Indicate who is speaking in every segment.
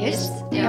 Speaker 1: é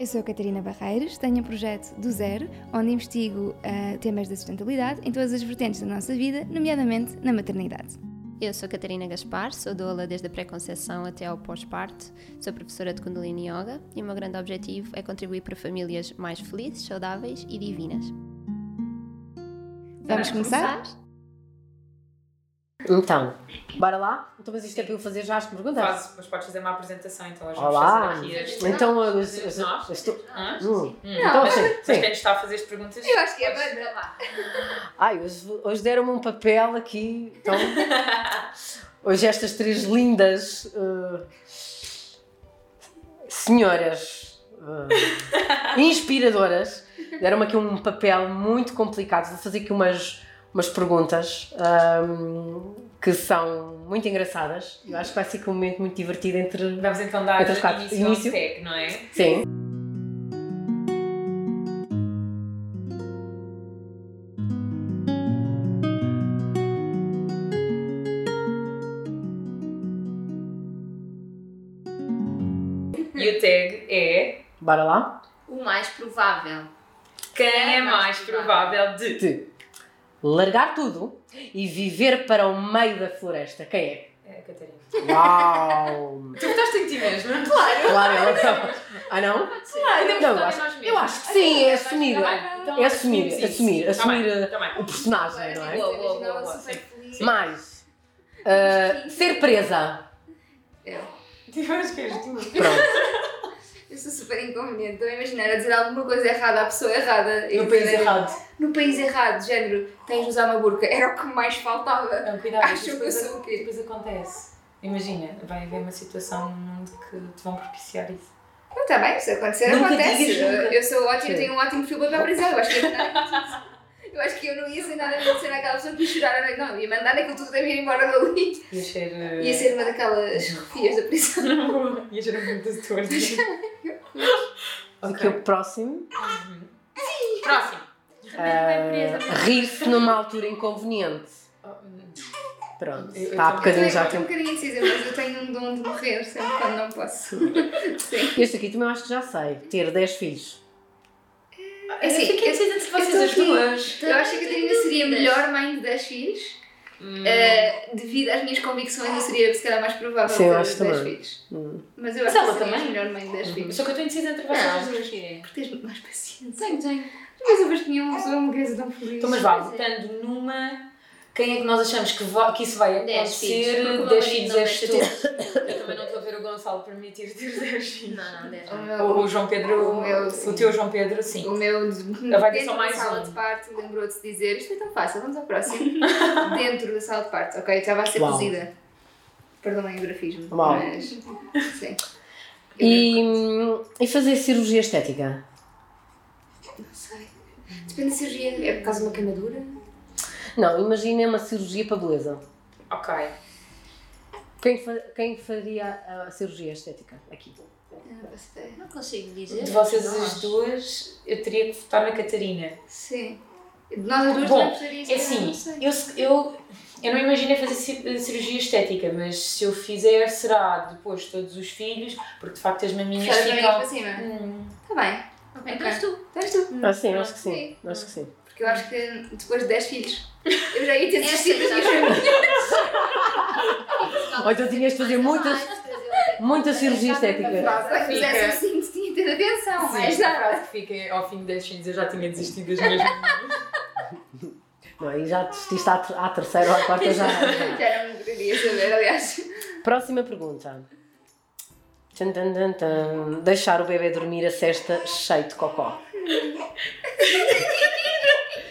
Speaker 2: Eu sou a Catarina Barreiros, tenho um projeto do zero, onde investigo uh, temas da sustentabilidade em todas as vertentes da nossa vida, nomeadamente na maternidade.
Speaker 1: Eu sou a Catarina Gaspar, sou doula desde a pré-conceição até ao pós-parto, sou professora de Kundalini Yoga e o meu grande objetivo é contribuir para famílias mais felizes, saudáveis e divinas.
Speaker 2: Vamos começar?
Speaker 3: Então, bora lá? Então, mas isto é para eu fazer já as perguntas?
Speaker 4: Faço, mas podes fazer uma apresentação, então hoje
Speaker 3: Olá.
Speaker 4: vamos fazer aqui as
Speaker 3: Então, eu, eu,
Speaker 4: as- as-
Speaker 3: eu
Speaker 4: nós.
Speaker 3: estou.
Speaker 4: Hã?
Speaker 3: Hum.
Speaker 4: Hum,
Speaker 3: Então,
Speaker 4: mas,
Speaker 3: sim,
Speaker 4: mas
Speaker 3: sim.
Speaker 4: quem está a fazer as perguntas?
Speaker 2: Eu acho que é
Speaker 4: Podes-
Speaker 2: banda lá.
Speaker 3: Ai, hoje, hoje deram-me um papel aqui. Então, hoje estas três lindas eh, senhoras eh, inspiradoras deram-me aqui um papel muito complicado. Vou fazer aqui umas, umas perguntas ahm, que são muito engraçadas. Eu acho que vai ser aqui um momento muito divertido entre.
Speaker 4: Vamos então dar
Speaker 3: Outras quatro.
Speaker 4: início,
Speaker 3: Início.
Speaker 4: ao tag, não é?
Speaker 3: Sim.
Speaker 4: E o tag é
Speaker 3: Bora lá?
Speaker 1: O mais provável.
Speaker 4: quem é mais provável de...
Speaker 3: de largar tudo e viver para o meio da floresta. Quem é?
Speaker 4: É, Catarina.
Speaker 3: Uau!
Speaker 4: Tu votaste em ti mesma?
Speaker 3: claro, ela não. Ah, não? Não, eu acho, eu acho que sim, é assumir. É assumir, assumir, assumir uh,
Speaker 4: Tá bem.
Speaker 3: o personagem, não é?
Speaker 4: Boa, boa, boa, boa,
Speaker 2: super
Speaker 4: sim.
Speaker 2: feliz.
Speaker 3: Mais. uh, ser presa.
Speaker 4: Eu acho que és tu.
Speaker 3: Pronto.
Speaker 2: Eu sou super inconveniente. Estou a imaginar a dizer alguma coisa errada à pessoa errada. E
Speaker 3: No país
Speaker 4: é
Speaker 2: dizer-
Speaker 3: errado.
Speaker 2: No país errado, género, tens de usar uma burca. Era o que mais faltava.
Speaker 4: Não, é um cuidado,
Speaker 2: Acho
Speaker 4: depois
Speaker 2: que eu sou
Speaker 4: a-
Speaker 2: o quê?
Speaker 4: Depois acontece. Imagina, vai haver uma situação no mundo que te vão propiciar isso.
Speaker 2: Não está bem, se acontecer,
Speaker 3: Nunca
Speaker 2: acontece.
Speaker 3: digas nunca.
Speaker 2: Eu sou ótima,
Speaker 3: Sim.
Speaker 2: tenho um ótimo filme para brisar. Eu acho que ia mandar- eu acho que eu não ia ser nada a ser aquela pessoa que ia chorar à noite. Não, ia mandar aquilo tudo a vir embora dali.
Speaker 4: Ia ser... uh,
Speaker 2: Ia ser uma daquelas rufias da prisão.
Speaker 4: Ia ser muito torto.
Speaker 3: Aqui o próximo.
Speaker 4: Próximo.
Speaker 3: uh, Rir-se numa altura inconveniente. Pronto.
Speaker 4: Eu- eu
Speaker 3: Está há
Speaker 4: também-
Speaker 3: bocadinho
Speaker 2: Eu já
Speaker 3: já tempo.
Speaker 2: um bocadinho indecisa, mas eu tenho um dom de morrer sempre quando não posso. Sim.
Speaker 3: Este aqui também eu acho que já sei. Ter 10 filhos.
Speaker 2: É assim,
Speaker 4: fiquei
Speaker 2: eu-
Speaker 4: decidida se
Speaker 2: eu
Speaker 4: vocês as
Speaker 2: estou aqui.
Speaker 4: duas.
Speaker 2: Eu acho que a Catarina seria a melhor mãe de 10 filhos.
Speaker 4: Hum.
Speaker 2: eh, devido às minhas convicções, eu seria se calhar mais provável
Speaker 3: Sim, eu
Speaker 2: ter
Speaker 3: acho
Speaker 2: 10
Speaker 3: também.
Speaker 2: filhos.
Speaker 3: Hum.
Speaker 2: Mas eu acho
Speaker 4: Mas
Speaker 2: que
Speaker 4: ela
Speaker 2: seria a
Speaker 4: também. Uhum.
Speaker 2: melhor mãe de 10 filhos.
Speaker 4: Só que eu estou indecisa entre vocês as duas. Irene.
Speaker 2: Porque tens muito mais paciência.
Speaker 4: Tenho, tenho.
Speaker 2: Mas eu vejo que nenhuma pessoa é uma criança tão feliz.
Speaker 4: Então, mas vá, votando numa. Quem é que nós achamos que, va- que isso vai
Speaker 1: Dez
Speaker 4: acontecer?
Speaker 1: filhos. Porque o meu
Speaker 4: 10
Speaker 1: marido
Speaker 4: filhos é
Speaker 1: não
Speaker 4: és tu.
Speaker 1: deixa
Speaker 4: Eu também não estou a ver o Gonçalo permitir ter 10 filhos.
Speaker 1: Não, não, deixa.
Speaker 2: O
Speaker 4: Ou
Speaker 2: meu,
Speaker 4: o João Pedro,
Speaker 2: O meu,
Speaker 4: o
Speaker 2: sim.
Speaker 4: teu João Pedro, sim.
Speaker 2: o meu
Speaker 4: vai ter
Speaker 2: dentro
Speaker 4: só mais
Speaker 2: da sala
Speaker 4: um.
Speaker 2: de parto lembrou-te de dizer isto é tão fácil, vamos ao próximo. dentro da sala de parto, ok? Estava a ser
Speaker 3: Uau.
Speaker 2: cozida. Perdoem o grafismo,
Speaker 3: Uau.
Speaker 2: mas. Sim.
Speaker 3: E, hum, e fazer cirurgia estética?
Speaker 2: Não sei. Depende da cirurgia. É por causa de uma queimadura?
Speaker 3: Não, imagina uma cirurgia para beleza.
Speaker 4: Ok.
Speaker 3: Quem, fa- quem faria a cirurgia estética aqui?
Speaker 2: Eu não faço ideia.
Speaker 1: Não consigo dizer.
Speaker 4: De vocês
Speaker 1: Não
Speaker 4: as
Speaker 1: acho.
Speaker 4: duas, eu teria que votar na Catarina.
Speaker 2: Sim. De nós as duas
Speaker 4: Bom,
Speaker 2: não precisaria
Speaker 4: É
Speaker 2: ser,
Speaker 4: assim,
Speaker 2: não sei.
Speaker 4: eu, se- eu, eu não imaginei fazer ci- cirurgia estética, mas se eu fizer, será depois de todos os filhos, porque de facto as maminhas
Speaker 2: Puxar as orelhas
Speaker 4: ficam.
Speaker 2: para cima.
Speaker 4: Hum,
Speaker 2: Está Tá bem.
Speaker 1: Ok, então és tu.
Speaker 2: Estás tu.
Speaker 3: Ah, sim, acho que
Speaker 2: sim.
Speaker 3: Acho que sim.
Speaker 2: Porque eu acho que depois de 10 filhos, eu já ia ter
Speaker 1: Esta
Speaker 2: desistido das
Speaker 1: já
Speaker 2: minhas
Speaker 1: foi.
Speaker 2: famílias.
Speaker 3: Ou então tinhas de fazer muitas, muita cirurgia estética.
Speaker 2: Se eu fizesse assim, tinha que ter atenção,
Speaker 4: Sim,
Speaker 2: mas
Speaker 4: a
Speaker 2: não.
Speaker 4: frase que fica ao fim de 10 filhos, eu já tinha desistido das minhas maminhas.
Speaker 3: Não, e já desististe à, ter- à terceira ou à quarta já. já.
Speaker 2: Já não me queria saber, aliás.
Speaker 3: Próxima pergunta. Tan, tan, tan, tan. Deixar o bebê dormir a cesta cheio de cocó.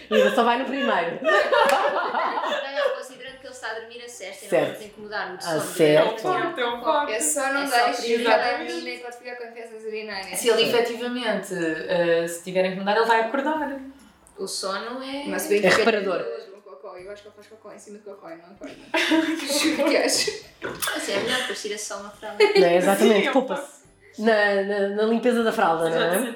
Speaker 3: Iva só vai no primeiro.
Speaker 1: Não, não, considerando que ele está a dormir a cesta e não
Speaker 3: Certo.
Speaker 1: vamos incomodar-me de
Speaker 3: Ah,
Speaker 1: sono.
Speaker 4: É,
Speaker 3: certo.
Speaker 1: Não, não.
Speaker 4: tão
Speaker 2: Eu só
Speaker 1: É
Speaker 2: não
Speaker 1: só
Speaker 2: deixo que
Speaker 4: prioridade.
Speaker 2: ela nem pode ficar com infecções urinárias.
Speaker 4: uh, Se ele efetivamente eh, se tiverem que mudar, ele vai acordar.
Speaker 5: O sono é.
Speaker 2: Mas bem
Speaker 3: É
Speaker 2: que
Speaker 3: reparador.
Speaker 2: Eu adoro cocó. Eu acho que eu faço cocó em cima de cocó e não acordo. Juro que acho.
Speaker 5: Assim, é melhor depois tira só uma fralda.
Speaker 3: Não é? Exatamente,
Speaker 4: Sim, eu
Speaker 3: poupa-se. Na, na, na limpeza da fralda, não é?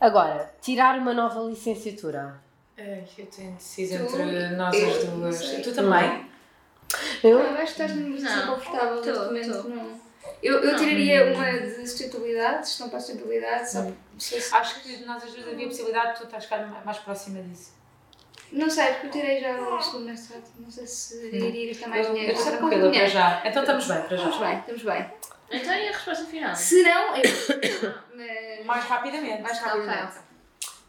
Speaker 3: Agora, tirar uma nova licenciatura.
Speaker 4: Ai, É, eu tenho indeciso
Speaker 2: Tu,
Speaker 4: entre nós
Speaker 2: eu
Speaker 4: as
Speaker 2: não sei.
Speaker 4: duas. Tu também?
Speaker 2: Eu
Speaker 3: Eu?
Speaker 2: acho que estás numa posição
Speaker 5: Não.
Speaker 2: confortável
Speaker 5: Tô,
Speaker 2: neste momento.
Speaker 5: tô.
Speaker 2: Não. Eu, eu tiraria uma de sustentabilidade, se não para a sustentabilidade, só se fosse-
Speaker 4: Acho que nós as duas havia possibilidade de tu estás cá mais próxima disso.
Speaker 2: Não sei, porque eu tirei já o segundo mestrado. Não sei se iria gastar mais dinheiro.
Speaker 4: Eu estou
Speaker 2: Gastar um pouco
Speaker 4: tranquila
Speaker 2: de
Speaker 4: para
Speaker 2: dinheiro.
Speaker 4: já. Então estamos bem para
Speaker 2: Estamos
Speaker 4: já.
Speaker 2: bem, estamos bem.
Speaker 5: Então e a resposta final?
Speaker 2: Se não, eu. Mas.
Speaker 4: Mais rapidamente.
Speaker 2: Mais
Speaker 5: Ok.
Speaker 2: rápido.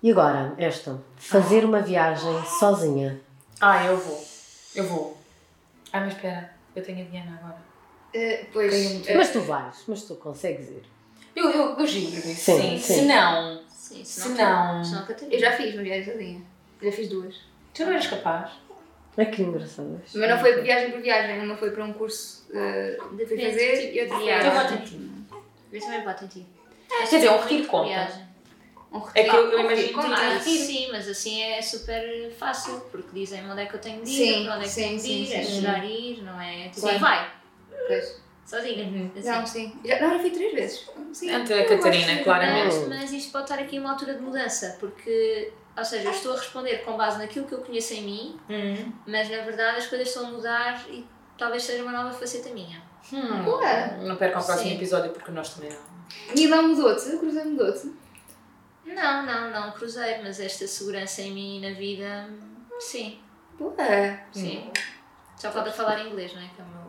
Speaker 3: E agora, esta. Fazer uma viagem sozinha.
Speaker 4: Ah, eu vou. Eu vou. Ah, mas espera. Eu tenho a Diana agora.
Speaker 2: Eh, pois. eh,
Speaker 3: Mas tu vais, mas tu consegues ir.
Speaker 4: Eu, eu, eu giro isso.
Speaker 3: Sim,
Speaker 4: Sim,
Speaker 3: sim.
Speaker 4: Se não,
Speaker 5: Sim,
Speaker 4: se
Speaker 5: senão.
Speaker 4: não.
Speaker 5: senão Catarina.
Speaker 2: Eu já fiz uma viagem sozinha. Já fiz duas.
Speaker 4: Tu não eras capaz.
Speaker 3: É que engraçado. isto.
Speaker 2: Mas não foi viagem por viagem, uma foi para um curso eh, de fui fazer
Speaker 5: tipo
Speaker 2: e outra foi
Speaker 4: Então
Speaker 2: um
Speaker 5: Eu voto
Speaker 2: viagem.
Speaker 5: em ti. Eu também voto em ti.
Speaker 4: É. Quer dizer, um retiro conta.
Speaker 5: Viagem.
Speaker 2: Um
Speaker 4: É que eu, eu
Speaker 2: retiro.
Speaker 4: imagino que
Speaker 2: com
Speaker 4: tu
Speaker 2: nada.
Speaker 5: Ah,
Speaker 4: tens retiro.
Speaker 5: sim, mas assim é super fácil, porque dizem-me onde é que eu tenho de ir,
Speaker 2: Sim,
Speaker 5: para onde é que
Speaker 2: sim,
Speaker 5: tenho de
Speaker 2: sim,
Speaker 5: ir, é
Speaker 2: sim.
Speaker 5: chegar e ir, não é? Tipo,
Speaker 2: Claro.
Speaker 5: vai,
Speaker 2: Pois.
Speaker 5: sozinha. Assim.
Speaker 2: Não, sim. Já, não, eu fui três vezes. Sim.
Speaker 4: Ante
Speaker 2: Eu
Speaker 4: a
Speaker 2: gosto
Speaker 4: Catarina,
Speaker 2: de-
Speaker 4: claramente.
Speaker 5: Mas, mas isto pode estar aqui uma altura de mudança, porque, ou seja, eu estou a responder com base naquilo que eu conheço em mim,
Speaker 4: Hum.
Speaker 5: mas na verdade as coisas estão a mudar e talvez seja uma nova faceta minha.
Speaker 4: Hum.
Speaker 2: Boa.
Speaker 4: Não percam o próximo
Speaker 5: Sim.
Speaker 4: episódio porque nós também não.
Speaker 2: Milão mudou-te, Cruzei mudou-te.
Speaker 5: Não, não, não cruzeiro, mas esta segurança em mim e na vida, sim,
Speaker 2: Boa.
Speaker 5: sim. Só falta falar inglês, não é? Que é o meu...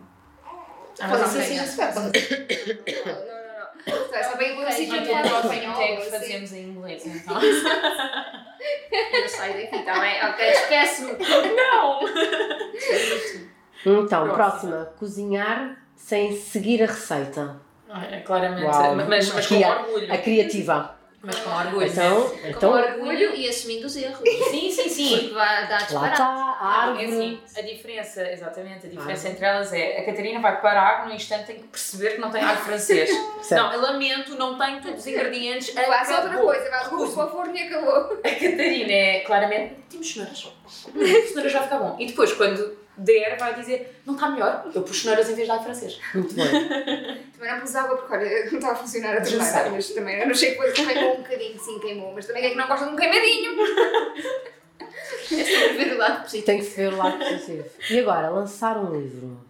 Speaker 4: Ah,
Speaker 2: Pode
Speaker 4: mas
Speaker 2: ser
Speaker 4: não
Speaker 2: assim, já
Speaker 4: sei.
Speaker 2: se vai. Não, não, não. Tá, Só bem um
Speaker 5: Ok,
Speaker 2: sítio
Speaker 5: já
Speaker 2: de
Speaker 5: tem
Speaker 2: falar
Speaker 5: outro
Speaker 2: espanhol,
Speaker 4: Até que
Speaker 2: assim.
Speaker 4: fazemos em inglês, então.
Speaker 5: Eu saio daqui, tá bem? Ok, esquece-me.
Speaker 4: Não!
Speaker 3: Então, próxima. Cozinhar sem seguir a receita.
Speaker 4: É, claramente.
Speaker 3: Uau.
Speaker 4: Mas, mas com
Speaker 3: Aqui há-
Speaker 4: orgulho.
Speaker 3: A criativa.
Speaker 4: Mas com orgulho.
Speaker 3: Então,
Speaker 5: Com
Speaker 3: então
Speaker 5: orgulho e assumindo os erros.
Speaker 4: Sim, sim, sim.
Speaker 5: Porque vai dar
Speaker 3: lá
Speaker 5: disparado.
Speaker 3: está a
Speaker 4: É
Speaker 3: árvore.
Speaker 4: assim, a diferença, exatamente, a diferença entre elas é a Catarina vai parar no instante em que perceber que não tem ar francês.
Speaker 3: Certo.
Speaker 4: não, eu lamento, não tenho todos os ingredientes.
Speaker 2: Vai só outra
Speaker 4: acabou.
Speaker 2: coisa, vai recurso para o forno e acabou.
Speaker 4: A Catarina é claramente. Temos cenouras. Hum, cenouras já fica bom. E depois, quando der, vai dizer: não está melhor, eu pus cenouras em vez de ar francês.
Speaker 3: Muito bem.
Speaker 2: Também não pus água porque olha, não estava a funcionar a
Speaker 4: Não
Speaker 2: torneira,
Speaker 4: sei.
Speaker 2: mas também eu não sei que coisa queimou um bocadinho, sim, queimou, mas também é que não gosta de um queimadinho.
Speaker 5: Ver o lado positivo.
Speaker 3: Tem que se ver lá positivo. E agora, lançar um livro.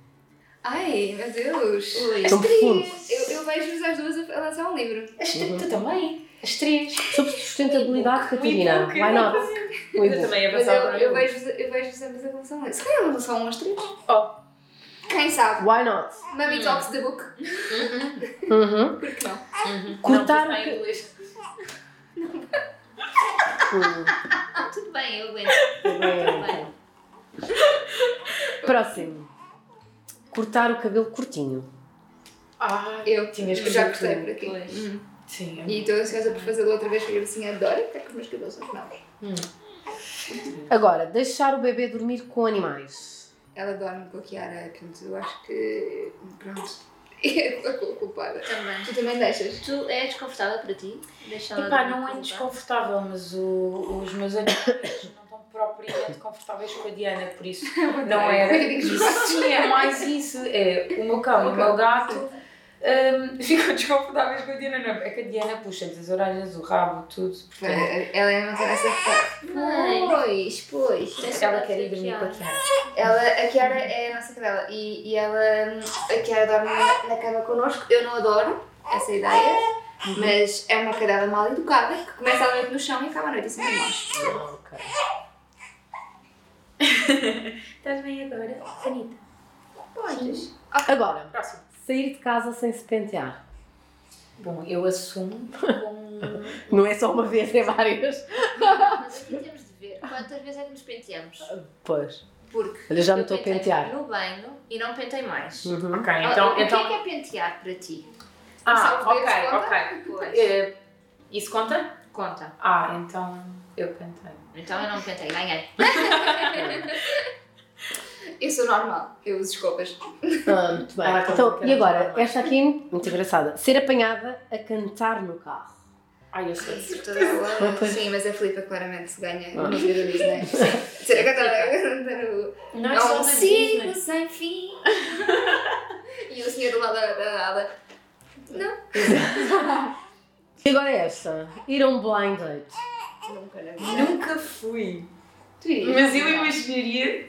Speaker 2: Ai, meu Deus.
Speaker 5: Ui.
Speaker 4: Então,
Speaker 3: Tão profundo.
Speaker 2: Eu, eu vejo-vos às duas a a lançar um livro.
Speaker 4: As três, tu também. As três.
Speaker 3: Sobre sustentabilidade, Catarina.
Speaker 4: e-book,
Speaker 3: Why not? Um
Speaker 4: Eu
Speaker 3: e-book.
Speaker 4: também
Speaker 2: Mas eu,
Speaker 4: avançava.
Speaker 2: eu vejo-vos eu vejo ambas a lançar um livro. Se calhar eu lançar um aos três.
Speaker 4: Oh.
Speaker 2: Quem sabe?
Speaker 3: Why not?
Speaker 2: Mummy Talks the Book.
Speaker 3: Uhum.
Speaker 2: Por que não?
Speaker 3: Cortar
Speaker 4: Não,
Speaker 3: o
Speaker 4: pus bem
Speaker 3: que-
Speaker 4: em inglês.
Speaker 3: Hum,
Speaker 5: Ah, tudo bem, eu aguento.
Speaker 3: tudo
Speaker 5: Tudo
Speaker 3: bem.
Speaker 5: bem.
Speaker 3: Próximo. Cortar o cabelo curtinho.
Speaker 4: Ah,
Speaker 2: Eu,
Speaker 4: Tinhas que
Speaker 2: já
Speaker 4: dizer
Speaker 2: gostei
Speaker 4: tu.
Speaker 2: por aqui.
Speaker 5: Pois.
Speaker 2: Hum.
Speaker 4: Sim,
Speaker 2: E estou ansiosa por fazê-lo outra vez, porque eu assim adoro ficar com os meus cabelos aos maus.
Speaker 3: Agora, deixar o bebê dormir com animais.
Speaker 2: Ela dorme com a Kiara, portanto, eu acho que. Pronto. É a cu- culpada.
Speaker 5: Também.
Speaker 2: Tu também deixas?
Speaker 5: Tu é desconfortável para ti? Deixa ela
Speaker 4: Epá,
Speaker 5: dormir
Speaker 4: não
Speaker 5: com
Speaker 4: é
Speaker 5: o
Speaker 4: desconfortável, mas o- os meus amigos não estão propriamente confortáveis com a Diana, por isso não é.
Speaker 2: Um
Speaker 4: era isso. Sim, é mais isso. É, o meu cão e o meu gato hum, ficam desconfortáveis com a Diana. Não, é que a Diana puxa-lhes as orelhas, o rabo, tudo. Portanto,
Speaker 2: É, Ela é uma criança forte.
Speaker 5: Mãe.
Speaker 2: Pois, pois.
Speaker 4: ela quer ir dormir com a Kiara.
Speaker 2: Ela, a Kiara é a nossa cadela e, e ela, hum, a Kiara dorme na, na cama connosco. Eu não adoro essa ideia, mas é uma cadela mal educada que começa a noite no chão e acaba a noite em cima de nós.
Speaker 4: Estás bem agora, Anita?
Speaker 2: Podes.
Speaker 3: Agora,
Speaker 4: Próximo.
Speaker 3: sair de casa sem se pentear.
Speaker 4: Bom, eu assumo com...
Speaker 3: Não é só uma vez, é várias.
Speaker 5: Mas aqui temos de ver quantas vezes é que nos penteamos.
Speaker 3: Pois.
Speaker 5: Porque
Speaker 3: Olha, já me
Speaker 5: eu
Speaker 3: estou a
Speaker 5: pentei
Speaker 3: pentear.
Speaker 5: no banho e não pentei mais.
Speaker 3: Uhum.
Speaker 4: Ok,
Speaker 5: o
Speaker 4: então...
Speaker 5: que
Speaker 4: então...
Speaker 5: é que é pentear para ti?
Speaker 4: Ah,
Speaker 2: Passar os
Speaker 4: ok,
Speaker 2: dedos,
Speaker 4: ok.
Speaker 5: Pois.
Speaker 4: Eh, Isso conta?
Speaker 5: Conta.
Speaker 4: Ah, então eu cantei.
Speaker 5: Então eu não pentei, ganhei.
Speaker 2: Eu sou normal, eu uso escovas.
Speaker 3: Ah, muito bem.
Speaker 4: Ah, tá bom,
Speaker 3: então,
Speaker 4: quero
Speaker 3: e agora,
Speaker 4: saber mais.
Speaker 3: esta aqui, muito engraçada. Ser apanhada a cantar no carro.
Speaker 4: Ai, eu sei.
Speaker 2: Toda ela, sim, mas a Filipa claramente ganha no vídeo da Disney. Sim. Será que eu estava a cantar o.
Speaker 4: Não é
Speaker 2: É
Speaker 4: só
Speaker 2: um
Speaker 4: da Disney.
Speaker 2: ciclo sem fim. E o senhor do lado da- da Ada. Não.
Speaker 3: E agora é esta. Ir a um blind date.
Speaker 2: Nunca na vida.
Speaker 4: Nunca fui.
Speaker 2: Tu irias?
Speaker 4: Mas eu imaginaria.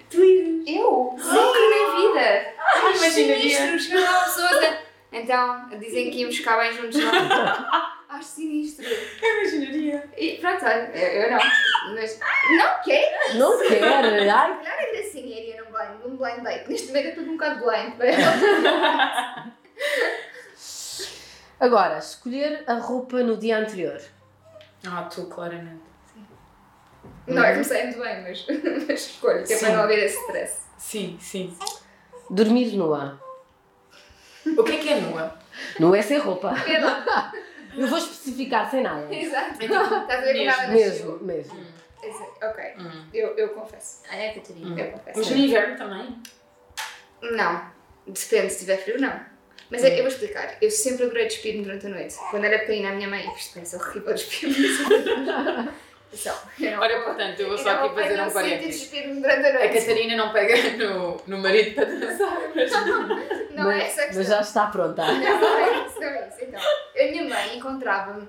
Speaker 2: Eu?
Speaker 4: Ah!
Speaker 2: Nunca na vida.
Speaker 4: Ai, imaginaria.
Speaker 2: sinistros, chegam lá pessoas a... Então, dizem que íamos cá bem juntos lá. Acho sinistro.
Speaker 4: Eu imaginaria.
Speaker 2: E pronto, olha, eu, eu não. Mas, não é? quero.
Speaker 3: Não quero. Ai,
Speaker 2: Olhar a gracinha assim, iria num blind, num blind date. Neste momento eu estou um bocado blind. mas-
Speaker 3: Agora, escolher a roupa no dia anterior.
Speaker 4: Ah, tu, claramente.
Speaker 2: Não é que me saia muito bem, mas, mas escolho. Que é para
Speaker 4: Sim.
Speaker 2: não haver esse stress.
Speaker 4: Sim, sim.
Speaker 3: Dormir nua.
Speaker 4: O que é que é nua?
Speaker 3: Não é sem roupa.
Speaker 2: É lá.
Speaker 3: Eu vou especificar sem nada.
Speaker 4: É
Speaker 2: Exato.
Speaker 4: tipo,
Speaker 2: Estás a ver como
Speaker 4: mesmo,
Speaker 2: nada
Speaker 3: Mesmo,
Speaker 2: nasceu.
Speaker 3: mesmo.
Speaker 2: Exa- Ok,
Speaker 4: hum.
Speaker 2: eu, eu confesso.
Speaker 5: Ah, é, Catarina?
Speaker 2: Eu confesso.
Speaker 4: Mas no inverno também.
Speaker 2: Não. Depende, se tiver frio, não. Mas eu, eu vou explicar. Eu sempre adorei despir-me durante a noite. Quando era pequenina, a minha mãe... Isto parece horrível despir-me. Só.
Speaker 4: Olha, portanto, eu vou só aqui fazer um parênteses.
Speaker 2: despir-me durante a
Speaker 4: A
Speaker 2: noite.
Speaker 4: Catarina não pega no, no marido para dançar, mas
Speaker 2: Não é
Speaker 3: mas,
Speaker 2: essa a questão.
Speaker 3: mas já está pronta.
Speaker 2: Não, não é isso, não é isso. Então, a minha mãe encontrava-me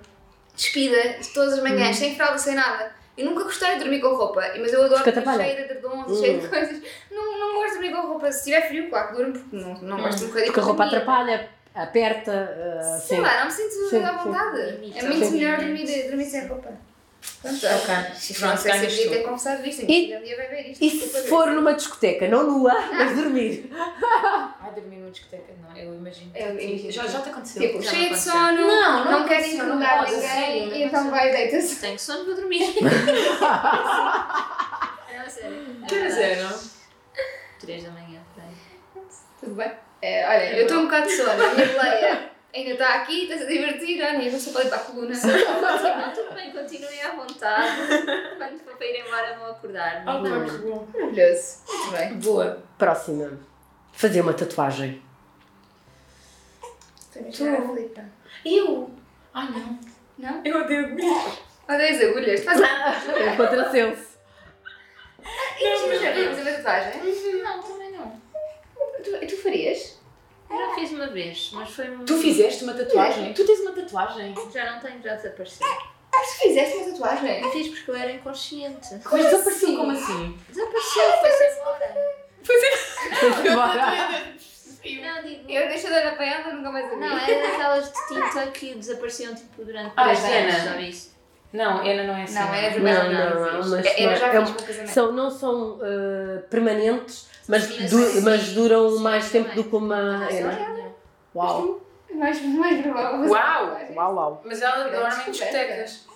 Speaker 2: despida todas as manhãs,
Speaker 3: Hum.
Speaker 2: sem fralda, sem nada. Eu nunca gostei de dormir com roupa, mas eu adoro
Speaker 3: Porque
Speaker 2: estar
Speaker 3: atrapalha.
Speaker 2: cheia de edredons,
Speaker 3: Hum.
Speaker 2: cheia de coisas. Não, não gosto de dormir com roupa. Se tiver frio, claro que durmo, porque não, não gosto de um bocadinho
Speaker 3: Hum. Porque a roupa
Speaker 2: de dormir.
Speaker 3: atrapalha, aperta. ah,
Speaker 2: Sei
Speaker 3: sim.
Speaker 2: lá, não me sinto
Speaker 3: Sim,
Speaker 2: à
Speaker 3: sim.
Speaker 2: vontade. É
Speaker 5: Limita.
Speaker 2: muito
Speaker 5: Sim.
Speaker 2: melhor dormir, dormir sem roupa. Pronto,
Speaker 4: Ok.
Speaker 2: Isto
Speaker 4: Pronto,
Speaker 2: não sei se eu
Speaker 4: ganhas
Speaker 2: devia
Speaker 4: tu.
Speaker 2: ter conversado disto.
Speaker 3: E-
Speaker 2: E, um dia vai ver isto.
Speaker 3: E se for numa discoteca, não nua, mas dormir.
Speaker 4: Ai, dormir numa discoteca, não, eu imagino.
Speaker 2: Eu imagino.
Speaker 4: É, Já, já te aconteceu?
Speaker 2: Tipo,
Speaker 4: Já
Speaker 2: cheia de
Speaker 4: aconteceu.
Speaker 2: sono,
Speaker 5: Não, não
Speaker 2: não, quer
Speaker 5: aconteceu, não
Speaker 2: incomodar
Speaker 5: pode,
Speaker 2: ninguém,
Speaker 5: sim,
Speaker 2: e
Speaker 5: não
Speaker 2: então
Speaker 5: aconteceu.
Speaker 2: vai deita-se.
Speaker 5: Tenho sono, vou dormir. não, é sério.
Speaker 4: Pois é, não?
Speaker 5: 3 da manhã, peraí.
Speaker 2: Tudo bem? É, olha, eu estou um bocado de sono, a minha boleia ainda está aqui, está-se a divertir, olha, eu só para limpar a coluna.
Speaker 5: Não, tudo bem, continuem à vontade. Quando for para ir embora, vão acordar.
Speaker 4: Ah, mas bom.
Speaker 2: Maravilhoso. Muito bem.
Speaker 4: Boa.
Speaker 3: Próxima. Fazer uma tatuagem.
Speaker 4: Eu? Ai, não.
Speaker 2: Não?
Speaker 4: Eu odeio dormir.
Speaker 2: Olha as Ah, agulhas, tu fazes
Speaker 5: Ah,
Speaker 2: uma
Speaker 3: Encontra senso.
Speaker 2: fazer uma é tatuagem?
Speaker 5: Não, também não.
Speaker 2: Tu, tu farias?
Speaker 5: Eu
Speaker 4: É.
Speaker 5: já fiz uma vez, mas foi um.
Speaker 4: Tu fizeste uma tatuagem? Tu tens uma tatuagem?
Speaker 5: Já não tenho, já desapareceu.
Speaker 2: Mas tu fizeste uma tatuagem?
Speaker 5: Eu fiz porque eu era inconsciente.
Speaker 4: Mas desapareceu como assim?
Speaker 5: Desapareceu, foi-se
Speaker 4: é.
Speaker 5: embora.
Speaker 3: Bora.
Speaker 5: Não, digo.
Speaker 2: Eu deixo de olhar para ela, nunca mais a vi.
Speaker 5: Não, é era daquelas de tinta que desapareciam tipo durante
Speaker 4: Ah,
Speaker 5: 10
Speaker 4: Diana.
Speaker 5: anos, já viste?
Speaker 4: Não, Ana não é assim.
Speaker 2: Não, era
Speaker 3: Não,
Speaker 2: vermelho.
Speaker 3: não, não. Mas
Speaker 2: Eu já
Speaker 3: é
Speaker 2: fiz
Speaker 3: uma-
Speaker 2: para o casamento.
Speaker 3: são, não são ah, permanentes, mas,
Speaker 5: Sim,
Speaker 3: du-
Speaker 5: sim.
Speaker 3: mas duram
Speaker 5: Sim,
Speaker 3: mais tempo
Speaker 5: também.
Speaker 3: do que uma.
Speaker 4: é,
Speaker 5: Ah,
Speaker 3: era.
Speaker 4: né?
Speaker 5: olha.
Speaker 3: Uau!
Speaker 2: É Mais, mais provável. fazer
Speaker 4: Uau,
Speaker 2: uma tatuagem.
Speaker 3: Uau, uau!
Speaker 4: Mas ela dorme em
Speaker 2: Descoberta.
Speaker 4: discotecas.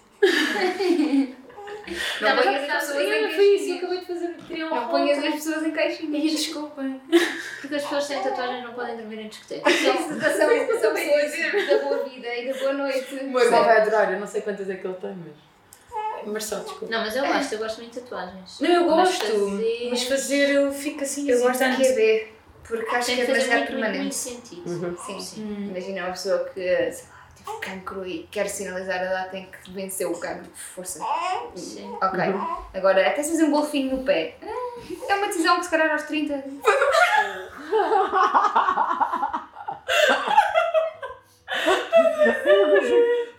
Speaker 2: Não
Speaker 5: Não, mas
Speaker 2: ponhas as
Speaker 5: sabe,
Speaker 2: pessoas
Speaker 5: eu
Speaker 2: em
Speaker 4: Foi isso, eu
Speaker 2: caixinhas.
Speaker 4: acabei de fazer. um
Speaker 5: um
Speaker 4: né? Criei uma
Speaker 2: Não ponhas
Speaker 4: roupa.
Speaker 2: as pessoas em caixinhas.
Speaker 4: Desculpem.
Speaker 5: Porque as pessoas sem tatuagens não podem dormir em discotecas.
Speaker 2: São são
Speaker 4: é.
Speaker 2: pessoas da boa vida e da boa noite.
Speaker 4: O meu irmão vai adorar, eu não sei quantas é que ele tem, mas. Mas só, desculpa.
Speaker 5: Não, mas eu gosto, eu gosto muito de tatuagens.
Speaker 4: Não, eu
Speaker 5: Mas
Speaker 4: gosto,
Speaker 5: fazer-
Speaker 4: mas fazer eu fico assim
Speaker 2: Eu gosto de
Speaker 4: hesitante.
Speaker 2: QB, porque acho que
Speaker 5: Tem
Speaker 2: é
Speaker 5: que fazer
Speaker 2: demasiado
Speaker 5: muito, muito, muito
Speaker 2: permanente.
Speaker 5: sentido.
Speaker 2: Sim.
Speaker 5: Sim.
Speaker 2: Imagina uma pessoa que, sei lá, teve cancro e quer sinalizar a data em que venceu o cancro. Força.
Speaker 4: Uhum.
Speaker 5: Sim.
Speaker 2: Ok. Agora, até se fazer um golfinho no pé. Ah, É uma decisão que se calhar aos 30.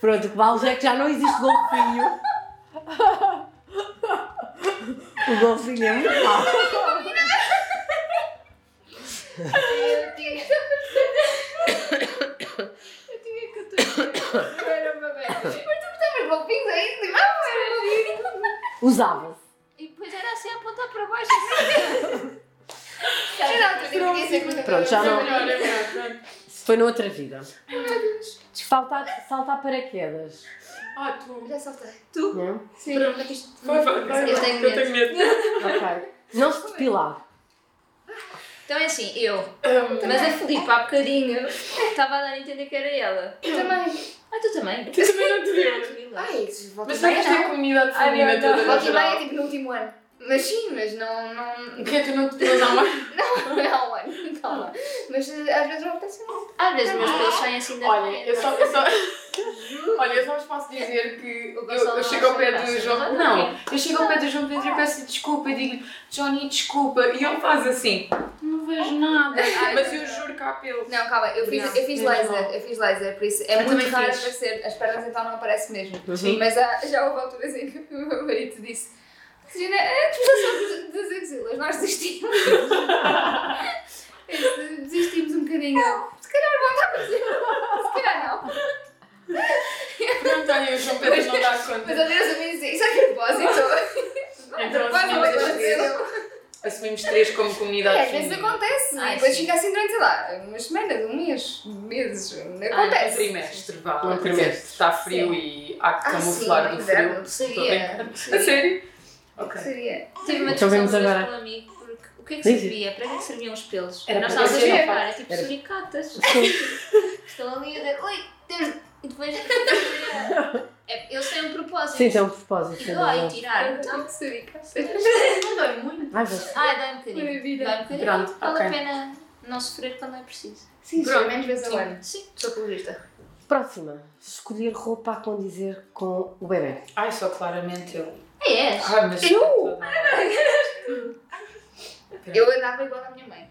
Speaker 3: Pronto, o que vale é que já não existe golfinho. o golfinho é muito mau.
Speaker 2: Eu tinha. Eu tinha 14 anos. Eu era uma bebê. Mas tu gostavas de golfinhos ainda? Ah, Vamos ver golfinho.
Speaker 3: Usava-se.
Speaker 5: E depois era assim a apontar para baixo. assim.
Speaker 2: Era outra é diferença.
Speaker 3: Pronto, já não.
Speaker 4: Melhor, é melhor, pronto.
Speaker 3: Isso foi noutra vida. Saltar, saltar paraquedas.
Speaker 4: Ah, tu.
Speaker 2: Já saltei.
Speaker 3: Não?
Speaker 2: Sim. Pronto, é que isto-
Speaker 4: Vai, vai, vai,
Speaker 5: Eu
Speaker 4: vai,
Speaker 5: tenho
Speaker 4: que Eu tenho medo.
Speaker 3: Ok. Não se depilar.
Speaker 5: Então é assim, eu. Mas a Filipe há bocadinho estava a dar a entender que era ela.
Speaker 2: Eu também.
Speaker 5: Ah, tu também?
Speaker 4: Tu também não te viu.
Speaker 5: Tranquila.
Speaker 2: Ai, volta
Speaker 4: Mas
Speaker 2: e
Speaker 4: sabes
Speaker 2: meia
Speaker 4: que a
Speaker 2: não.
Speaker 4: comunidade
Speaker 5: Ai,
Speaker 4: feminina
Speaker 5: eu
Speaker 4: toda
Speaker 5: adoro.
Speaker 4: no
Speaker 2: Volta e meia é
Speaker 4: geral.
Speaker 2: tipo no último ano. Mas sim, mas não. Não,
Speaker 4: O que é que tu não te deu na mão?
Speaker 2: não é um ano,
Speaker 4: Ah.
Speaker 2: calma. Mas eh, às vezes não acontece nada.
Speaker 5: Às vezes meus pelos saem assim da
Speaker 4: Olha, eu só. Eu só... Olha, eu só vos posso dizer que eu,
Speaker 5: Gonçalo
Speaker 4: eu
Speaker 5: não
Speaker 4: chego ao
Speaker 5: acha
Speaker 4: pé
Speaker 5: graça,
Speaker 4: do João.
Speaker 5: mas
Speaker 4: Não,
Speaker 5: ok.
Speaker 4: eu chego ao pé do João Pedro e peço desculpa e digo-lhe, Johnny, desculpa. E ele faz assim, não vejo nada. Mas eu juro que há pelo.
Speaker 2: Ah, então Não, calma, eu fiz,
Speaker 4: Não,
Speaker 2: eu fiz
Speaker 4: não.
Speaker 2: laser, eu fiz laser, por isso é
Speaker 4: Eu
Speaker 2: muito
Speaker 4: também
Speaker 2: raro
Speaker 4: fiz. Uhum.
Speaker 2: aparecer, as pernas então não aparecem mesmo.
Speaker 3: Sim.
Speaker 2: Mas há- já houve alturas em que o meu marido disse: Catarina, a depilação das- das axilas, nós desistimos. Eu disse, desistimos um bocadinho. Se calhar volta a fazer, um." se calhar não.
Speaker 4: Pronto, olha, o João Pedro não dá
Speaker 2: Mas
Speaker 4: conta.
Speaker 2: ao menos a mim dizia: Isso é propósito.
Speaker 4: Então,
Speaker 2: Quase não
Speaker 4: assumimos
Speaker 2: aconteceu.
Speaker 4: Assumimos três como
Speaker 2: É,
Speaker 4: comunidade
Speaker 2: às vezes
Speaker 4: feminina.
Speaker 2: acontece,
Speaker 5: Ai,
Speaker 2: e depois
Speaker 5: sim.
Speaker 2: fica assim durante, sei lá, umas semanas, um mês, meses.
Speaker 4: Ah,
Speaker 2: Acontece.
Speaker 4: um trimestre, vá.
Speaker 3: Um
Speaker 4: Um trimestre.
Speaker 3: trimestre.
Speaker 4: Está frio e há
Speaker 2: Ah,
Speaker 4: que
Speaker 2: sim,
Speaker 4: camuflar do frio.
Speaker 2: inverno,
Speaker 4: Estou a
Speaker 2: seria.
Speaker 4: brincar. A sério? Ok.
Speaker 2: Seria.
Speaker 5: Tive uma
Speaker 3: Então
Speaker 5: discussão
Speaker 3: vemos
Speaker 5: com
Speaker 3: agora.
Speaker 5: um amigo porque o que é que
Speaker 3: Diz.
Speaker 5: servia? Para que é que serviam os pelos?
Speaker 4: Era
Speaker 5: Nós
Speaker 4: para
Speaker 5: estávamos a
Speaker 4: crescer,
Speaker 5: jogar,
Speaker 4: não
Speaker 5: é tipo
Speaker 3: Era-
Speaker 5: suricatas. Estão ali a dizer, oi, temos-" e depois é, eles têm um propósito.
Speaker 3: Sim, tem um propósito.
Speaker 5: E
Speaker 3: sem dúvida.
Speaker 5: dói tirar. Não,
Speaker 4: Não dói muito.
Speaker 3: Ai, vou-
Speaker 5: ah, dói um bocadinho. Dói um bocadinho.
Speaker 4: Pronto,
Speaker 5: vale
Speaker 4: ok.
Speaker 5: a pena não sofrer quando é preciso.
Speaker 2: Sim,
Speaker 4: Pronto.
Speaker 2: pelo menos vezes ao ano.
Speaker 5: Sim.
Speaker 2: Sou colorista.
Speaker 3: Próxima. Escolher roupa a condizer com o bebê.
Speaker 4: Ai, só claramente eu.
Speaker 5: Ah, é.
Speaker 4: Ai, mas.
Speaker 3: Eu?
Speaker 2: Eu andava igual à minha mãe.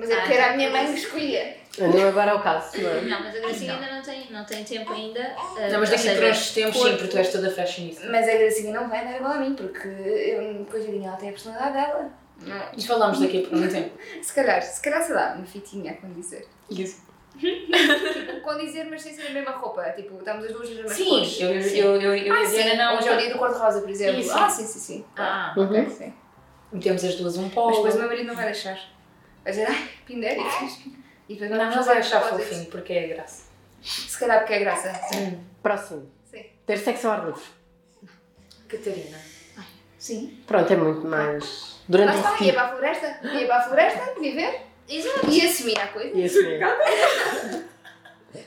Speaker 2: Mas é porque
Speaker 5: Ah,
Speaker 2: era a minha mãe que escolhia.
Speaker 3: Não, agora é o caso, não é?
Speaker 5: Não, mas a Gracinha ainda não tem, não tem tempo ainda. ah,
Speaker 4: Não, mas
Speaker 5: ou
Speaker 4: daqui
Speaker 5: seja,
Speaker 4: por uns tempos, sim,
Speaker 5: corpo.
Speaker 4: porque tu és toda fashionista.
Speaker 2: Mas a Gracinha não vai andar igual a mim, porque eu, coitadinha, ela tem a personalidade dela. Não.
Speaker 4: E falamos daqui por um tempo.
Speaker 2: Se calhar, se calhar sei lá, uma fitinha a dizer.
Speaker 4: Isso.
Speaker 2: Tipo, com dizer, mas sem ser a mesma roupa. Tipo, estamos as duas nas mesmas
Speaker 4: Sim,
Speaker 2: cores.
Speaker 4: eu, eu, eu, eu e
Speaker 2: Ah,
Speaker 4: a
Speaker 2: sim,
Speaker 4: Diana não.
Speaker 2: um
Speaker 4: já-
Speaker 2: joelho do cor-de-rosa, por exemplo.
Speaker 4: Isso.
Speaker 2: Ah, sim, sim, sim.
Speaker 4: Ah,
Speaker 2: Ok, sim.
Speaker 4: metemos as duas um
Speaker 2: Mas
Speaker 4: polo.
Speaker 2: depois o meu marido não vai deixar. Vai dizer, ai, pindéricos. E depois
Speaker 4: Não,
Speaker 2: vamos
Speaker 4: não
Speaker 2: fazer
Speaker 4: vai achar
Speaker 2: propósito.
Speaker 4: fofinho, porque é graça.
Speaker 2: Se calhar porque é graça. Sim.
Speaker 3: Próximo.
Speaker 2: Sim.
Speaker 3: Ter sexo ao ar livre.
Speaker 4: Catarina.
Speaker 2: sim.
Speaker 3: Pronto, é muito mais.
Speaker 2: Lá
Speaker 3: Durante o
Speaker 4: é
Speaker 2: está, ia
Speaker 3: retiro.
Speaker 2: para a floresta. Ia para a floresta, viver.
Speaker 5: Exato.
Speaker 2: E assumir a coisa.
Speaker 3: E é esse mesmo.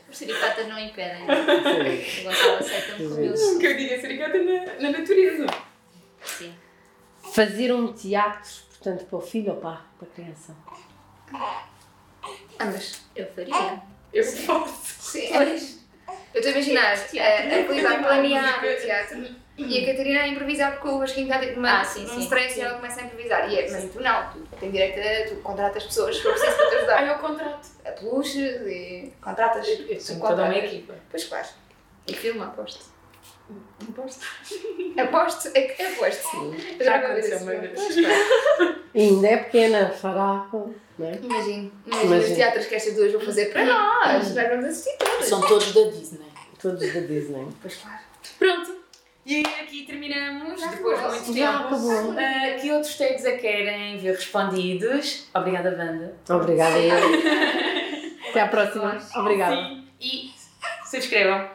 Speaker 5: Os suricatas não impedem.
Speaker 3: Sim.
Speaker 5: O Gonçalo aceita-me como eu sou.
Speaker 4: Que eu diga sericata na, na natureza.
Speaker 5: Sim.
Speaker 3: Fazer um teatro, portanto, para o filho ou para, para a criança.
Speaker 2: Ambas.
Speaker 5: Eu faria.
Speaker 4: Eu faço.
Speaker 2: Sim. Ambas. Eu estou a imaginar eh, a, a Luísa a planear o teatro e a Catarina a improvisar porque o Vasquinho está tipo numa-
Speaker 5: Ah, sim,
Speaker 2: num
Speaker 5: sim,
Speaker 2: stress e
Speaker 5: sim.
Speaker 2: ela começa a improvisar. E é, mas tu não, tu tens direito a. Tu contratas pessoas que eu preciso para te ajudar.
Speaker 4: Ai, eu contrato.
Speaker 2: A peluches e contratas.
Speaker 4: Eu tenho toda uma equipa.
Speaker 2: Pois claro. E filma, aposto. Aposto. Aposto? É que aposto. Eu
Speaker 4: Já
Speaker 2: adorava ver
Speaker 4: aconteceu
Speaker 2: esse
Speaker 4: uma
Speaker 2: filme.
Speaker 4: vez.
Speaker 2: Pois claro.
Speaker 3: E ainda é pequena, fará. Não é?
Speaker 2: Imagino. Imagino
Speaker 3: Imagino.
Speaker 2: os teatros que estas duas vão fazer para nós. Nós vamos assistir todas.
Speaker 4: São todos da Disney.
Speaker 3: Todos da Disney.
Speaker 2: Pois claro.
Speaker 4: Pronto. E aqui terminamos, depois de muito
Speaker 3: Já
Speaker 4: tempo.
Speaker 3: acabou.
Speaker 4: Ah, que outros tags a querem ver respondidos? Obrigada, Wanda.
Speaker 3: Obrigada. Até à próxima. Obrigada.
Speaker 4: Sim. E subscrevam.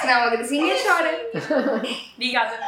Speaker 2: Senão a Gracinha chora.
Speaker 4: Obrigada.